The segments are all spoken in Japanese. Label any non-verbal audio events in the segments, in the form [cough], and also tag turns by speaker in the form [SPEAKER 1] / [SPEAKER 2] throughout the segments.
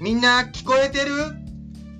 [SPEAKER 1] みんな聞こえてる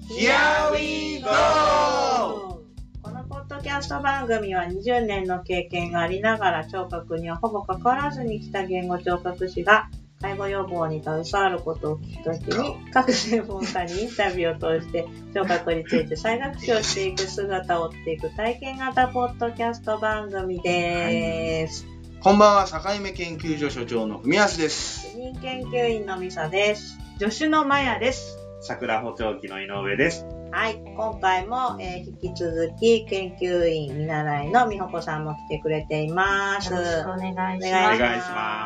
[SPEAKER 1] Here we go!
[SPEAKER 2] このポッドキャスト番組は20年の経験がありながら聴覚にはほぼ関わらずに来た言語聴覚士が介護予防に携わることを聞くときに各専門家にインタビューを通して聴覚について再学習をしていく姿を追っていく体験型ポッドキャスト番組です。
[SPEAKER 1] こんばんは、境目研究所所長の文康です。
[SPEAKER 2] 主任研究員のミサです。
[SPEAKER 1] [laughs]
[SPEAKER 2] 助手のマヤです。
[SPEAKER 3] 桜補聴器の井上です。
[SPEAKER 2] はい、今回も、えー引き続き研究員見習いの美穂子さんも来てくれています。
[SPEAKER 4] よろしくお
[SPEAKER 2] こ
[SPEAKER 4] 願いし
[SPEAKER 2] お
[SPEAKER 4] ま
[SPEAKER 3] お
[SPEAKER 4] す。
[SPEAKER 3] 願いし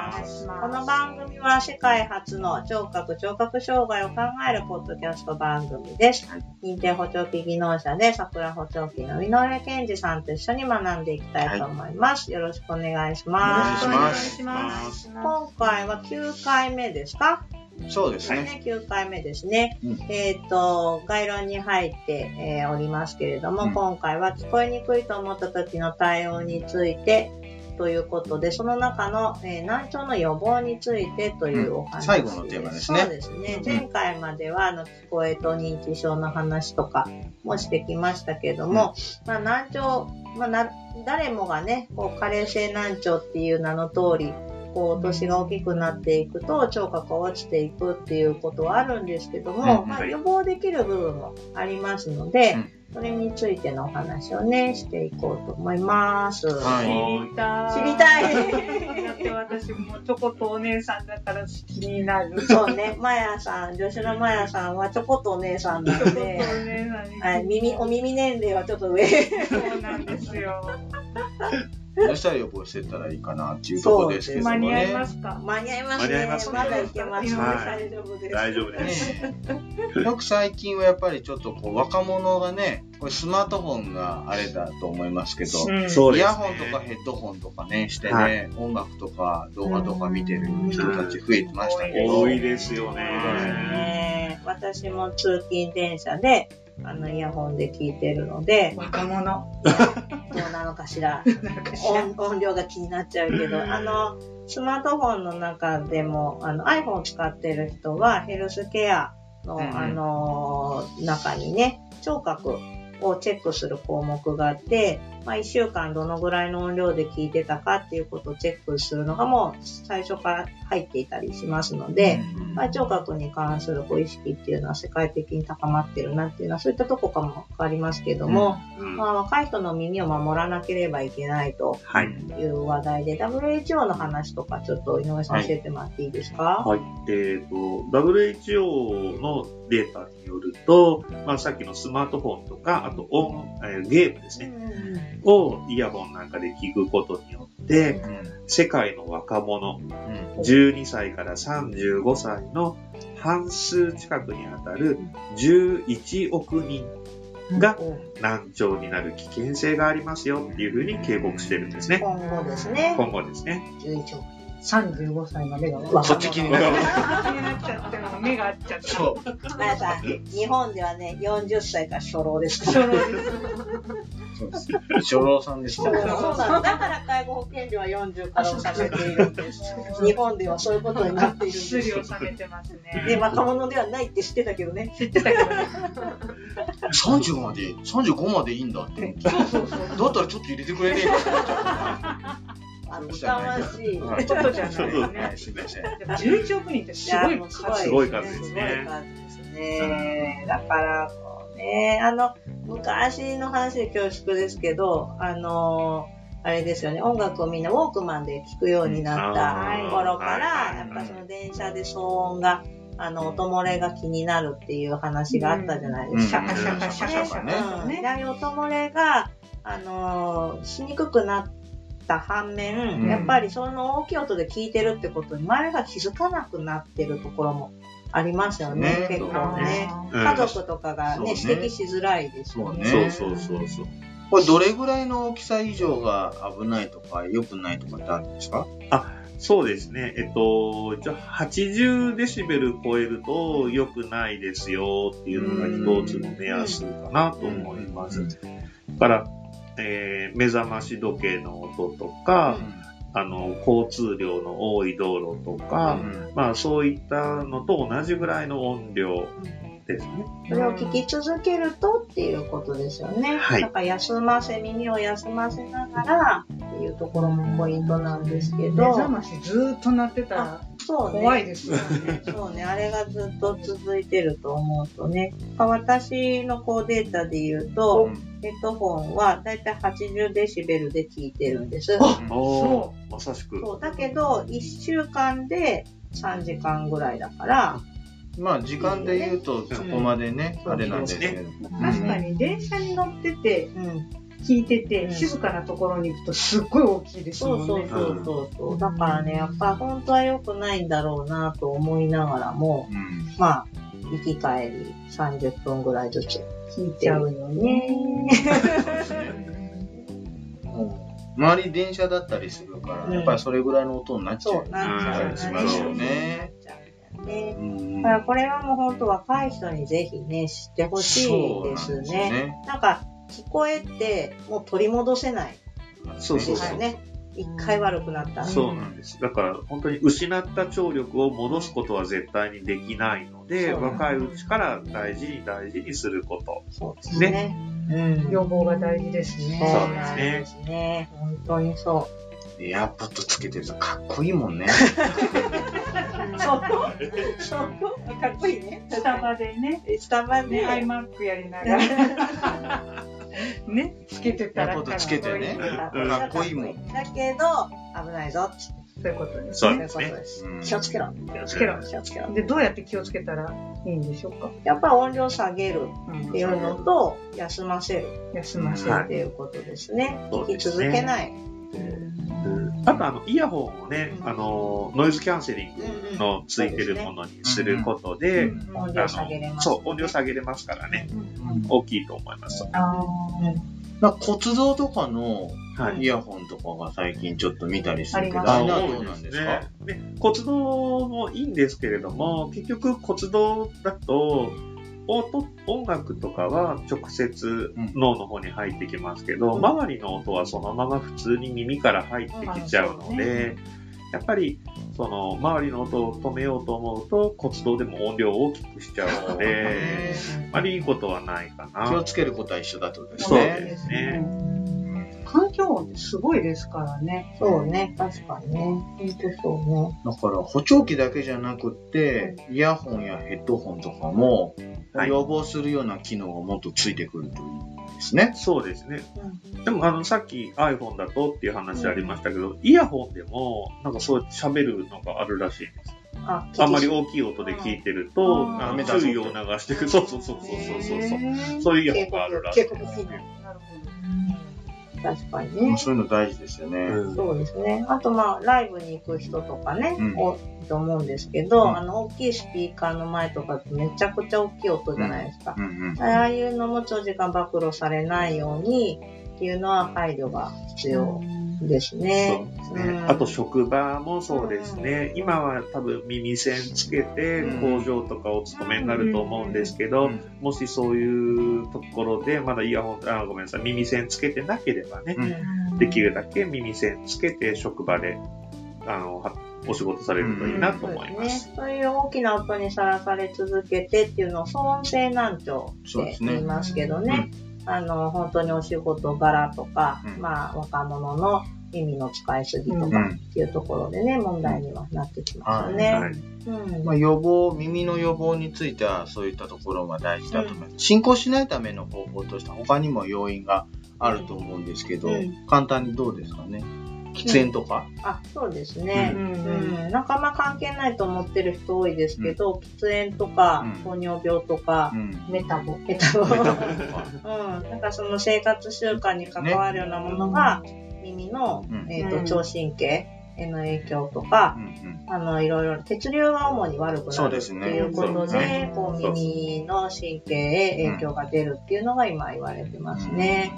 [SPEAKER 3] ます。
[SPEAKER 2] の番組は世界初の聴覚聴覚障害を考えるポッドキャスト番組です。認定補聴器技能者で桜補聴器の井上健二さんと一緒に学んでいきたいと思います。よろしくお願いしま
[SPEAKER 1] お
[SPEAKER 2] す。
[SPEAKER 1] 願い
[SPEAKER 3] します
[SPEAKER 2] 今回は9回目ですか
[SPEAKER 1] そうですね。
[SPEAKER 2] ね、9回目ですね。
[SPEAKER 1] うん
[SPEAKER 2] えっ、と、概論に入って、えーおりますけれども、
[SPEAKER 1] うん
[SPEAKER 2] 今回は聞こえにくいと思った時の対応についてということで、その中の、えー難聴の予防についてというお話、
[SPEAKER 1] 最後のテーマですね
[SPEAKER 2] そうですね。
[SPEAKER 1] ん
[SPEAKER 2] 前回までは、あの、聞こえと認知症の話とかもしてきましたけれども、まあ、難聴、まあ、な、誰もがね、こう、加齢性難聴っていう名の通り、こう、年が大きくなっていくと、聴覚が落ちていくっていうことはあるんですけども、
[SPEAKER 1] うん
[SPEAKER 2] まあ、
[SPEAKER 3] はい
[SPEAKER 2] 予防できる部分もありますので、
[SPEAKER 1] うん
[SPEAKER 2] それについてのお話をね、していこうと思います。
[SPEAKER 1] はい
[SPEAKER 4] 知りた
[SPEAKER 2] 知
[SPEAKER 4] い。
[SPEAKER 2] りたい
[SPEAKER 4] だって私もちょこっとお姉さんだから気になる。ちょ
[SPEAKER 2] そうね、マヤさん、女子のマヤさんはちょこっとお姉さんな
[SPEAKER 4] こっ
[SPEAKER 2] ん
[SPEAKER 4] とお
[SPEAKER 2] で、
[SPEAKER 3] [laughs]
[SPEAKER 4] 姉さんに。
[SPEAKER 2] はい、耳、お耳年齢はちょっと上。
[SPEAKER 4] そうなんですよ。
[SPEAKER 1] どうしたら予防してったらいいかなっていうところですけど
[SPEAKER 4] 間
[SPEAKER 1] も
[SPEAKER 4] に合い
[SPEAKER 1] ね
[SPEAKER 4] ま。すか。
[SPEAKER 2] 間に合いますね。
[SPEAKER 3] 間に合いますね
[SPEAKER 2] だいけます、ね
[SPEAKER 3] は
[SPEAKER 2] 大
[SPEAKER 3] い
[SPEAKER 2] 丈夫です。
[SPEAKER 3] 大丈夫です。
[SPEAKER 1] ねえよく最近はやっぱりちょっとこう若者がね、これスマートフォンがあれだと思いますけど、
[SPEAKER 4] うん
[SPEAKER 3] そう
[SPEAKER 1] イ
[SPEAKER 3] ですね
[SPEAKER 1] ヤホンとかヘッドホンとかね、してね、
[SPEAKER 3] は
[SPEAKER 1] 音楽とか動画とか見てる人たち増えてましたけど、
[SPEAKER 3] 多いですよね。
[SPEAKER 2] ね私も通勤電車で、あの、イヤホンで聞いてるので、
[SPEAKER 4] 若
[SPEAKER 2] ど
[SPEAKER 4] 者。
[SPEAKER 2] うなのかしら。
[SPEAKER 4] なんか知らん
[SPEAKER 2] 音 [laughs] 音量が気になっちゃうけど、あの、スマートフォンの中でも、あの、iPhone を使ってる人は、ヘルスケアの、
[SPEAKER 1] うんうん
[SPEAKER 2] あのー中にね、聴覚をチェックする項目があって、まあ、1週間どのぐらいの音量で聞いてたかっていうことをチェックするのがもう最初から入っていたりしますので、
[SPEAKER 1] うん
[SPEAKER 2] まあ、聴覚に関するこう意識っていうのは世界的に高まってるなっていうのはそういったとこかもわかりますけども、
[SPEAKER 3] うん
[SPEAKER 2] まあ、若い人の耳を守らなければいけないと
[SPEAKER 3] はい。
[SPEAKER 2] いう話題で WHO の話とかちょっと井上さん教えてもらっていいですか、
[SPEAKER 3] はい。えっ、と、WHO のデータによると、まあさっきのスマートフォンとか、あと音、えーゲームですね、をイヤホンなんかで聞くことによって、世界の若者、
[SPEAKER 1] うん
[SPEAKER 3] 12歳から35歳の半数近くにあたる11億人が難聴になる危険性がありますよっていうふうに警告してるんですね。
[SPEAKER 2] 今後ですね、
[SPEAKER 3] 今後ですね。
[SPEAKER 2] 11億35歳までが若者
[SPEAKER 1] そっち気になる
[SPEAKER 4] 気になっちゃったから目が合っちゃった。
[SPEAKER 1] そう
[SPEAKER 2] まやさん、日本ではね、40歳から初老ですから。
[SPEAKER 4] 初老です。
[SPEAKER 1] そうです。初老さんです
[SPEAKER 2] そうなの。だから介護保険料は40から納めているんです。日本では [laughs] そういうことになっているん
[SPEAKER 4] 薬
[SPEAKER 2] で
[SPEAKER 4] を収めてます
[SPEAKER 2] す。で、
[SPEAKER 4] ね。
[SPEAKER 2] 若者ではないって知ってたけどね。
[SPEAKER 4] 知ってたけどね。
[SPEAKER 1] 30まで、35までいいんだって思って。
[SPEAKER 4] そうそうそう。
[SPEAKER 1] だったらちょっと入れてくれねえかって思っちゃ
[SPEAKER 2] 厚かましい。
[SPEAKER 1] うはい
[SPEAKER 4] ちょっとじゃないよ
[SPEAKER 1] は
[SPEAKER 4] ね
[SPEAKER 1] い。すいません。
[SPEAKER 4] でも11億人ってすごい
[SPEAKER 2] やもう
[SPEAKER 4] 数。
[SPEAKER 3] すごい数で
[SPEAKER 2] す
[SPEAKER 3] すね
[SPEAKER 2] ごい数ですね。だから、こうね、あの、昔の話で恐縮ですけど、あの、あれですよね、音楽をみんなウォークマンで聴くようになった頃から、
[SPEAKER 3] はい
[SPEAKER 2] やっぱその電車で騒音が、あの、音漏れが気になるっていう話があったじゃないです
[SPEAKER 4] シ
[SPEAKER 2] か。
[SPEAKER 4] ャカシャカシャカシャカ
[SPEAKER 2] うん、ね、ああいう音漏れが、あのーしにくくなった反面、
[SPEAKER 1] うん
[SPEAKER 2] やっぱりその大きい音で聞いてるってことに周りが気づかなくなってるところもありますよね、
[SPEAKER 1] ね
[SPEAKER 2] 結構ね。
[SPEAKER 4] あ
[SPEAKER 3] うん
[SPEAKER 2] 家族とかがね
[SPEAKER 1] そうね
[SPEAKER 2] 指摘しづらいですよね。
[SPEAKER 1] そうね
[SPEAKER 3] そうそうそうそう。
[SPEAKER 1] [laughs] これどれぐらいの大きさ以上が危ないとか良くないとかってあるんですか
[SPEAKER 3] そうですね。えっと、じゃ80デシベル超えると良くないですよっていうのが一つの目安かなと思います。だから、えー目覚まし時計の音とか、あの、交通量の多い道路とか、まあそういったのと同じぐらいの音量ですね。
[SPEAKER 2] それを聞き続けるとっていうことですよね。
[SPEAKER 3] はい
[SPEAKER 2] だから休ませ、耳を休ませながらっていうところもポイントなんですけ
[SPEAKER 4] 目覚
[SPEAKER 2] ど、
[SPEAKER 4] ましずーっと鳴ってたら
[SPEAKER 2] そうね。
[SPEAKER 4] 怖いですよね。
[SPEAKER 2] そうね、あれがずっと続いてると思うとね。私のこうデータで言うと、ヘッドホンはだいたい80デシベルで聞いてるんです。
[SPEAKER 3] お
[SPEAKER 4] そ
[SPEAKER 3] ーまさしく。
[SPEAKER 2] そうだけど、1週間で3時間ぐらいだから、
[SPEAKER 1] まあ時間で言うとそこまでね、
[SPEAKER 2] うん
[SPEAKER 1] あれなんですけど、
[SPEAKER 4] 確かに電車に乗ってて、
[SPEAKER 2] うん、
[SPEAKER 4] 聞いてて、
[SPEAKER 2] うん
[SPEAKER 4] 静かなところに行くとすっごい大きいです
[SPEAKER 2] そ
[SPEAKER 4] もん
[SPEAKER 2] う
[SPEAKER 4] ね。
[SPEAKER 2] そうそうそうそう。だからね、やっぱ本当は良くないんだろうなと思いながらも、
[SPEAKER 1] うん
[SPEAKER 2] まあ、行き帰り30分ぐらいずつ聞いちゃうよね。
[SPEAKER 1] そうですね周り電車だったりするから、やっぱりそれぐらいの音になっちゃ
[SPEAKER 2] そうう、。なんちゃう
[SPEAKER 1] うんしますよね。
[SPEAKER 2] ね。
[SPEAKER 1] うん
[SPEAKER 2] だからこれはもう本当若い人にぜひね、知ってほしいです
[SPEAKER 1] そうなん
[SPEAKER 2] ね。なんか、聞こえってもう取り戻せない
[SPEAKER 3] そうそ
[SPEAKER 2] です
[SPEAKER 3] うそう
[SPEAKER 2] よ。ね。一回悪くなったら。
[SPEAKER 3] そうなんです。だから本当に失った聴力を戻すことは絶対にできないので、
[SPEAKER 2] そう
[SPEAKER 3] 若いうちから大事に大事にすること。
[SPEAKER 2] そうですね。うん。
[SPEAKER 4] 予防が大事ですね。
[SPEAKER 3] そうですね
[SPEAKER 2] ですね。本当にそ
[SPEAKER 1] エアポッドつけてるとかっこいいもん
[SPEAKER 4] [laughs]
[SPEAKER 1] ね。
[SPEAKER 2] う。そこそこかっこいいね。
[SPEAKER 4] スタバでね、
[SPEAKER 2] スタバ
[SPEAKER 4] ね、アイ
[SPEAKER 2] ね。
[SPEAKER 4] マックやりながら、ね、つけて
[SPEAKER 1] エ
[SPEAKER 4] た
[SPEAKER 1] ア
[SPEAKER 4] ら
[SPEAKER 1] ポッドつけてね。かっこいいもん。
[SPEAKER 2] だけど、危ないぞ。
[SPEAKER 4] そういうことです
[SPEAKER 3] そう
[SPEAKER 4] ね。
[SPEAKER 3] です
[SPEAKER 2] そ
[SPEAKER 3] ね
[SPEAKER 2] ういうことです
[SPEAKER 1] うん
[SPEAKER 2] 気をつけろ。
[SPEAKER 4] つけろ。
[SPEAKER 2] 気をつけろ。
[SPEAKER 4] で、どうやって気をつけたらいいんでしょうか。
[SPEAKER 2] やっぱ音量下げる
[SPEAKER 4] うん
[SPEAKER 2] っていうのと、休ませる
[SPEAKER 4] 休ませる。
[SPEAKER 3] はい
[SPEAKER 2] っていうことですね。
[SPEAKER 3] そう
[SPEAKER 2] 聞き
[SPEAKER 3] です
[SPEAKER 2] 続
[SPEAKER 3] ね
[SPEAKER 2] けない。
[SPEAKER 3] あとあの、イヤホンをね、
[SPEAKER 2] うん
[SPEAKER 3] あの、ノイズキャンセリング
[SPEAKER 2] うんうん
[SPEAKER 3] のついてるものにすることで、
[SPEAKER 2] 音
[SPEAKER 3] あ
[SPEAKER 2] 量下げれ
[SPEAKER 3] の
[SPEAKER 2] ます、
[SPEAKER 3] そう、音量下げれますからね。
[SPEAKER 2] うん
[SPEAKER 3] 大きいと思います。
[SPEAKER 4] あ
[SPEAKER 1] なんか骨造とかの
[SPEAKER 3] は
[SPEAKER 1] イ
[SPEAKER 3] い。
[SPEAKER 1] ヤホンとかが最近ちょっと見たりするけど、
[SPEAKER 4] あ
[SPEAKER 1] あ
[SPEAKER 4] り
[SPEAKER 1] れ
[SPEAKER 4] ま
[SPEAKER 1] は
[SPEAKER 4] す
[SPEAKER 1] どうなんですか
[SPEAKER 3] ね骨動もいいんですけれども、結局骨動だと、音音楽とかは直接脳の方に入ってきますけど、
[SPEAKER 2] うん
[SPEAKER 3] 周りの音はそのまま普通に耳から入ってきちゃうの
[SPEAKER 4] うんあそう
[SPEAKER 3] で、やっぱりその周りの音を止めようと思うと骨動でも音量を大きくしちゃう
[SPEAKER 4] [laughs]
[SPEAKER 3] ので、あまりいいことはないか
[SPEAKER 1] 気を
[SPEAKER 3] な。
[SPEAKER 1] つけることは一緒だってことです
[SPEAKER 3] そう
[SPEAKER 1] ね。
[SPEAKER 3] ですね。
[SPEAKER 4] 環境音ってすごいですからね。
[SPEAKER 2] そうね、確かにね。本当そうね。
[SPEAKER 1] だから補聴器だけじゃなくって、イヤホンやヘッドホンとかも
[SPEAKER 3] はい
[SPEAKER 1] 予防するような機能がもっとついてくるといいですね。
[SPEAKER 3] そうですね。でもあのさっき iPhone だとっていう話ありましたけど、イヤホンでもなんかそうやって喋るのがあるらしいです。
[SPEAKER 2] あ
[SPEAKER 3] あんまり大きい音で聞いてると、
[SPEAKER 4] うん
[SPEAKER 3] あ
[SPEAKER 1] ダ
[SPEAKER 3] の
[SPEAKER 1] メだぞ
[SPEAKER 3] 注意を促してくる。そうそうそうそうそうそうそう。
[SPEAKER 4] う
[SPEAKER 3] そういうイヤ
[SPEAKER 2] 警
[SPEAKER 3] ホン
[SPEAKER 2] 告
[SPEAKER 3] があるらしい
[SPEAKER 2] 警
[SPEAKER 3] で
[SPEAKER 2] 告
[SPEAKER 3] す。
[SPEAKER 2] 機能。
[SPEAKER 4] なるほど。
[SPEAKER 2] 確かに
[SPEAKER 1] も
[SPEAKER 2] ね
[SPEAKER 1] う。そういうの大事ですよね。
[SPEAKER 3] うん
[SPEAKER 2] そうですね。あとまあ、ライブに行く人とかね、
[SPEAKER 1] うん
[SPEAKER 2] 多いと思うんですけど、
[SPEAKER 1] うん
[SPEAKER 2] あの、大きいスピーカーの前とかってめちゃくちゃ大きい音じゃないですか。
[SPEAKER 1] うんうん
[SPEAKER 2] ああいうのも長時間暴露されないようにっていうのは配慮が必要です
[SPEAKER 3] そう
[SPEAKER 2] ね。
[SPEAKER 3] です
[SPEAKER 2] う
[SPEAKER 3] ね
[SPEAKER 2] ん
[SPEAKER 3] あと職場もそうですね、今は多分耳栓つけて
[SPEAKER 1] う
[SPEAKER 3] 工
[SPEAKER 1] ん
[SPEAKER 3] 場とかお勤めになると思うんですけど、
[SPEAKER 1] うん
[SPEAKER 3] もしそういうところでまだイヤホンあごめんなさい耳栓つけてなければね、
[SPEAKER 1] うん
[SPEAKER 3] できるだけ耳栓つけて職場であのはお仕事されるといいなと思います。
[SPEAKER 2] そういう大きな音にさらされ続けてっていうのを騒音性難聴
[SPEAKER 1] そう
[SPEAKER 2] っ
[SPEAKER 1] で
[SPEAKER 2] て
[SPEAKER 1] すね
[SPEAKER 2] 言いますけどね。あの、本当にお仕事柄とか、
[SPEAKER 1] うん
[SPEAKER 2] まあ、若者の耳の使いすぎと
[SPEAKER 1] う
[SPEAKER 2] か
[SPEAKER 1] ん
[SPEAKER 2] っていうところでね、問題にはなってきますよね。
[SPEAKER 3] はい、
[SPEAKER 2] うん
[SPEAKER 1] まあ、予防、耳の予防についてはそういったところが大事だと思います。進行しないための方法として他にも要因があると思うんですけど、
[SPEAKER 2] うん
[SPEAKER 1] 簡単にどうですかね喫煙とか、
[SPEAKER 2] あ、そうですね
[SPEAKER 4] う。。
[SPEAKER 2] うんん、なんかあんま関係ないと思ってる人多いですけど、喫煙とか
[SPEAKER 1] うん、
[SPEAKER 2] 糖尿病とか
[SPEAKER 1] う、ん
[SPEAKER 4] メタボ。
[SPEAKER 2] えっ
[SPEAKER 1] メタ
[SPEAKER 2] と、
[SPEAKER 1] ボとか
[SPEAKER 2] うん、なんかその生活習慣に関わるようなものが、耳の、
[SPEAKER 1] うん
[SPEAKER 2] えっ
[SPEAKER 4] う
[SPEAKER 2] と
[SPEAKER 4] ん
[SPEAKER 2] 聴神経への影響とか
[SPEAKER 1] う、んうん
[SPEAKER 2] あのいろいろ血流が主に悪くな
[SPEAKER 1] そう
[SPEAKER 2] る
[SPEAKER 1] で
[SPEAKER 2] って
[SPEAKER 1] すね
[SPEAKER 2] いうことで
[SPEAKER 3] そうですね
[SPEAKER 2] こう耳の神経へ影響が出るっていうのが今言われてますね。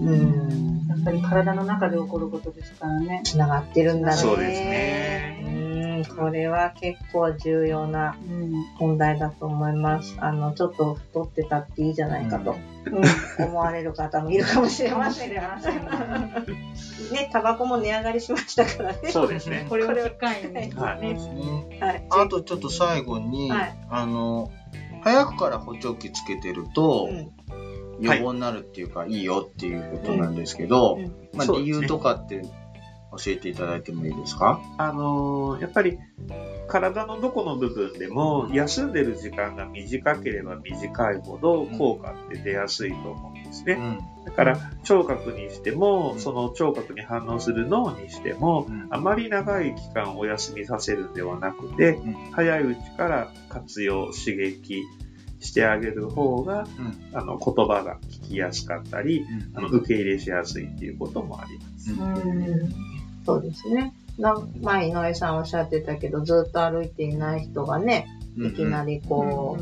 [SPEAKER 2] う
[SPEAKER 4] うん
[SPEAKER 2] ん、
[SPEAKER 4] やっぱり体の中で起こることですからね。
[SPEAKER 2] つながってるんだね。
[SPEAKER 3] そうですね
[SPEAKER 2] うんうん、これは結構重要な
[SPEAKER 4] うん。
[SPEAKER 2] 問題だと思います。あの、ちょっと太ってたっていいじゃないかと、思われる方もいるかもしれません
[SPEAKER 3] [laughs]
[SPEAKER 2] が。ね、タバコも値上がりしましたからね。
[SPEAKER 3] そうですね。
[SPEAKER 4] これは機会にね。
[SPEAKER 3] は
[SPEAKER 1] ね
[SPEAKER 2] はい。
[SPEAKER 1] あとちょっと最後に、
[SPEAKER 2] はい
[SPEAKER 1] あの早くから補聴器つけてると
[SPEAKER 2] うん
[SPEAKER 1] 予防になるっていうか、い、いよっていうことなんですけど、
[SPEAKER 2] うん
[SPEAKER 1] まあ、
[SPEAKER 3] そうです
[SPEAKER 1] 理
[SPEAKER 3] ね
[SPEAKER 1] 由とかって教えていただいてもいいですか
[SPEAKER 3] あのーやっぱり体のどこの部分でも休んでる時間が短ければ短いほど効果って出やすいと思うんですね。だから聴覚にしても、その聴覚に反応する脳にしても、
[SPEAKER 1] うん
[SPEAKER 3] あまり長い期間お休みさせるんではなくて、
[SPEAKER 1] ん
[SPEAKER 3] 早いうちから活用、刺激してあげる方が、
[SPEAKER 1] うん
[SPEAKER 3] あの言葉が聞きやすかったり、あの受け入れしやすいっていうこともあります。
[SPEAKER 2] うんそうですね。な前、井上さんおっしゃってたけど、ずっと歩いていない人がね、いきなりこ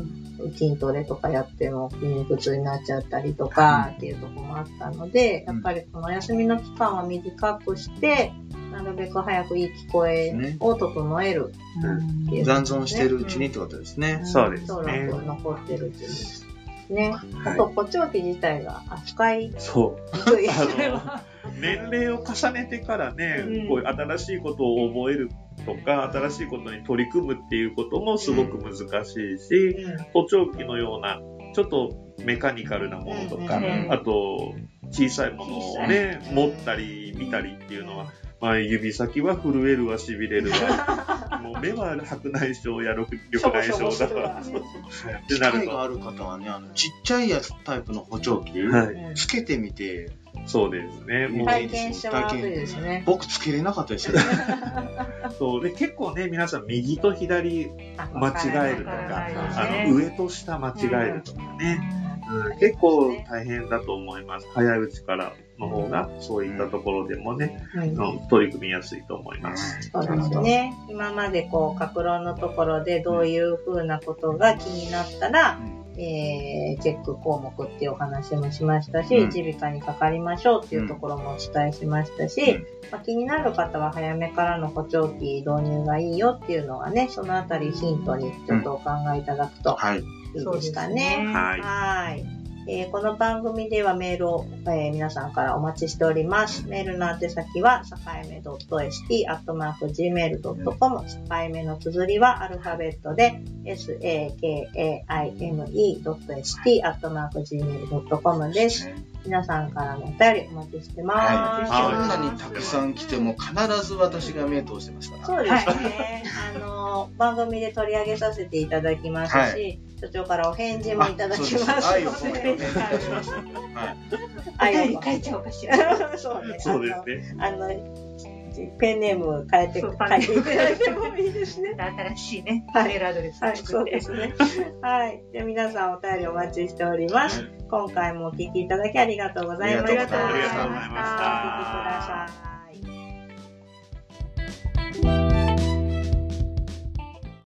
[SPEAKER 2] う、筋トレとかやっても筋肉痛になっちゃったりとかっていうところもあったので、
[SPEAKER 1] う
[SPEAKER 2] や
[SPEAKER 1] ん
[SPEAKER 2] っぱりこの休みの期間は短くして、なるべく早くいい聞こえを整えるっていう。
[SPEAKER 1] 残存してるうちにってことですね。
[SPEAKER 3] そうですね
[SPEAKER 2] 聴力が残ってるっていうですね。あ
[SPEAKER 3] はい
[SPEAKER 2] と、補聴器自体が扱いに
[SPEAKER 3] そう
[SPEAKER 2] く
[SPEAKER 3] [laughs]
[SPEAKER 2] い。
[SPEAKER 3] あの年齢を重ねてからね、
[SPEAKER 4] うん
[SPEAKER 3] こういう新しいことを覚えるとか新しいことに取り組むっていうこともすごく難しいし、補聴器のようなちょっとメカニカルなものとか、
[SPEAKER 2] うん
[SPEAKER 4] うん
[SPEAKER 3] あと小さいものをね
[SPEAKER 2] 小さい
[SPEAKER 3] 持ったり見たりっていうのは、まあ、指先は震えるわしびれるわもう目は白内障や緑内障
[SPEAKER 2] しょ
[SPEAKER 3] だわ
[SPEAKER 2] ぼしょぼ
[SPEAKER 3] って
[SPEAKER 1] 機
[SPEAKER 3] なる
[SPEAKER 1] 械
[SPEAKER 3] と、
[SPEAKER 1] がある方はね、あのちっちゃいやつタイプの補聴器、
[SPEAKER 3] は
[SPEAKER 2] う
[SPEAKER 3] い、
[SPEAKER 2] ん
[SPEAKER 1] つけてみて、
[SPEAKER 3] そうですねもう
[SPEAKER 2] 体験してもらうといいですね。
[SPEAKER 1] 僕つけれなかったですよね。
[SPEAKER 3] そうで結構ね皆さん右と左間違えると
[SPEAKER 4] わ
[SPEAKER 3] か
[SPEAKER 4] からないで、す
[SPEAKER 3] あ
[SPEAKER 4] ね
[SPEAKER 3] の上と下間違えるとかね、うん結構大変だと思います。早いうちからの方が、そういったところでもね、
[SPEAKER 2] うん
[SPEAKER 3] うん取り組みやすいと思います。
[SPEAKER 2] そうですね。今までこう、格論のところでどういうふうなことが気になったら、えー、チェック項目っていうお話もしましたし、
[SPEAKER 1] うん
[SPEAKER 2] 耳鼻科にかかりましょうっていうところもお伝えしましたし、
[SPEAKER 1] うん
[SPEAKER 2] まあ、気になる方は早めからの補聴器導入がいいよっていうのはね、そのあたりヒントにちょっとお考えいただくと
[SPEAKER 1] はい。
[SPEAKER 2] いいですかね。
[SPEAKER 3] はい。
[SPEAKER 2] はい。えーこの番組ではメールを、えー皆さんからお待ちしております。メールの宛先は、さかいめ .st.gmail.com。さかいめの綴りはアルファベットで、sakaime.st.gmail.com です。皆さんからのお便りお待ちしてます。
[SPEAKER 1] はい。どんなにたくさん来ても必ず私が目通してますから。
[SPEAKER 2] そうですね。あの、番組で取り上げさせていただきますし、
[SPEAKER 1] は
[SPEAKER 2] 所長からお返事もいただきます
[SPEAKER 1] あそうです愛を込めてお
[SPEAKER 2] ので、
[SPEAKER 1] 願いします。はい。
[SPEAKER 4] お
[SPEAKER 2] 愛
[SPEAKER 4] 便り
[SPEAKER 2] を込
[SPEAKER 4] 書
[SPEAKER 2] め
[SPEAKER 4] い
[SPEAKER 2] て
[SPEAKER 4] [laughs] ちゃおうかしら。
[SPEAKER 2] そうね。
[SPEAKER 3] そうですね。
[SPEAKER 2] あの、あのペンネーム変えて、
[SPEAKER 4] そ
[SPEAKER 2] 変
[SPEAKER 4] うパ
[SPEAKER 2] え
[SPEAKER 4] ン
[SPEAKER 2] ていただいてもいいですね。
[SPEAKER 4] 新しいね、
[SPEAKER 2] はい
[SPEAKER 4] メールアドレス
[SPEAKER 2] は
[SPEAKER 4] を
[SPEAKER 2] い、 [laughs] そ
[SPEAKER 4] 作
[SPEAKER 2] う
[SPEAKER 4] っ
[SPEAKER 2] で
[SPEAKER 4] て。
[SPEAKER 2] すね。はい。じゃあ皆さんお便りお待ちしております。今回もお聞きいただきありがとうございました。
[SPEAKER 1] ありがとうございました
[SPEAKER 3] ありがとうござい
[SPEAKER 2] お聞きく
[SPEAKER 3] ました
[SPEAKER 2] ださい。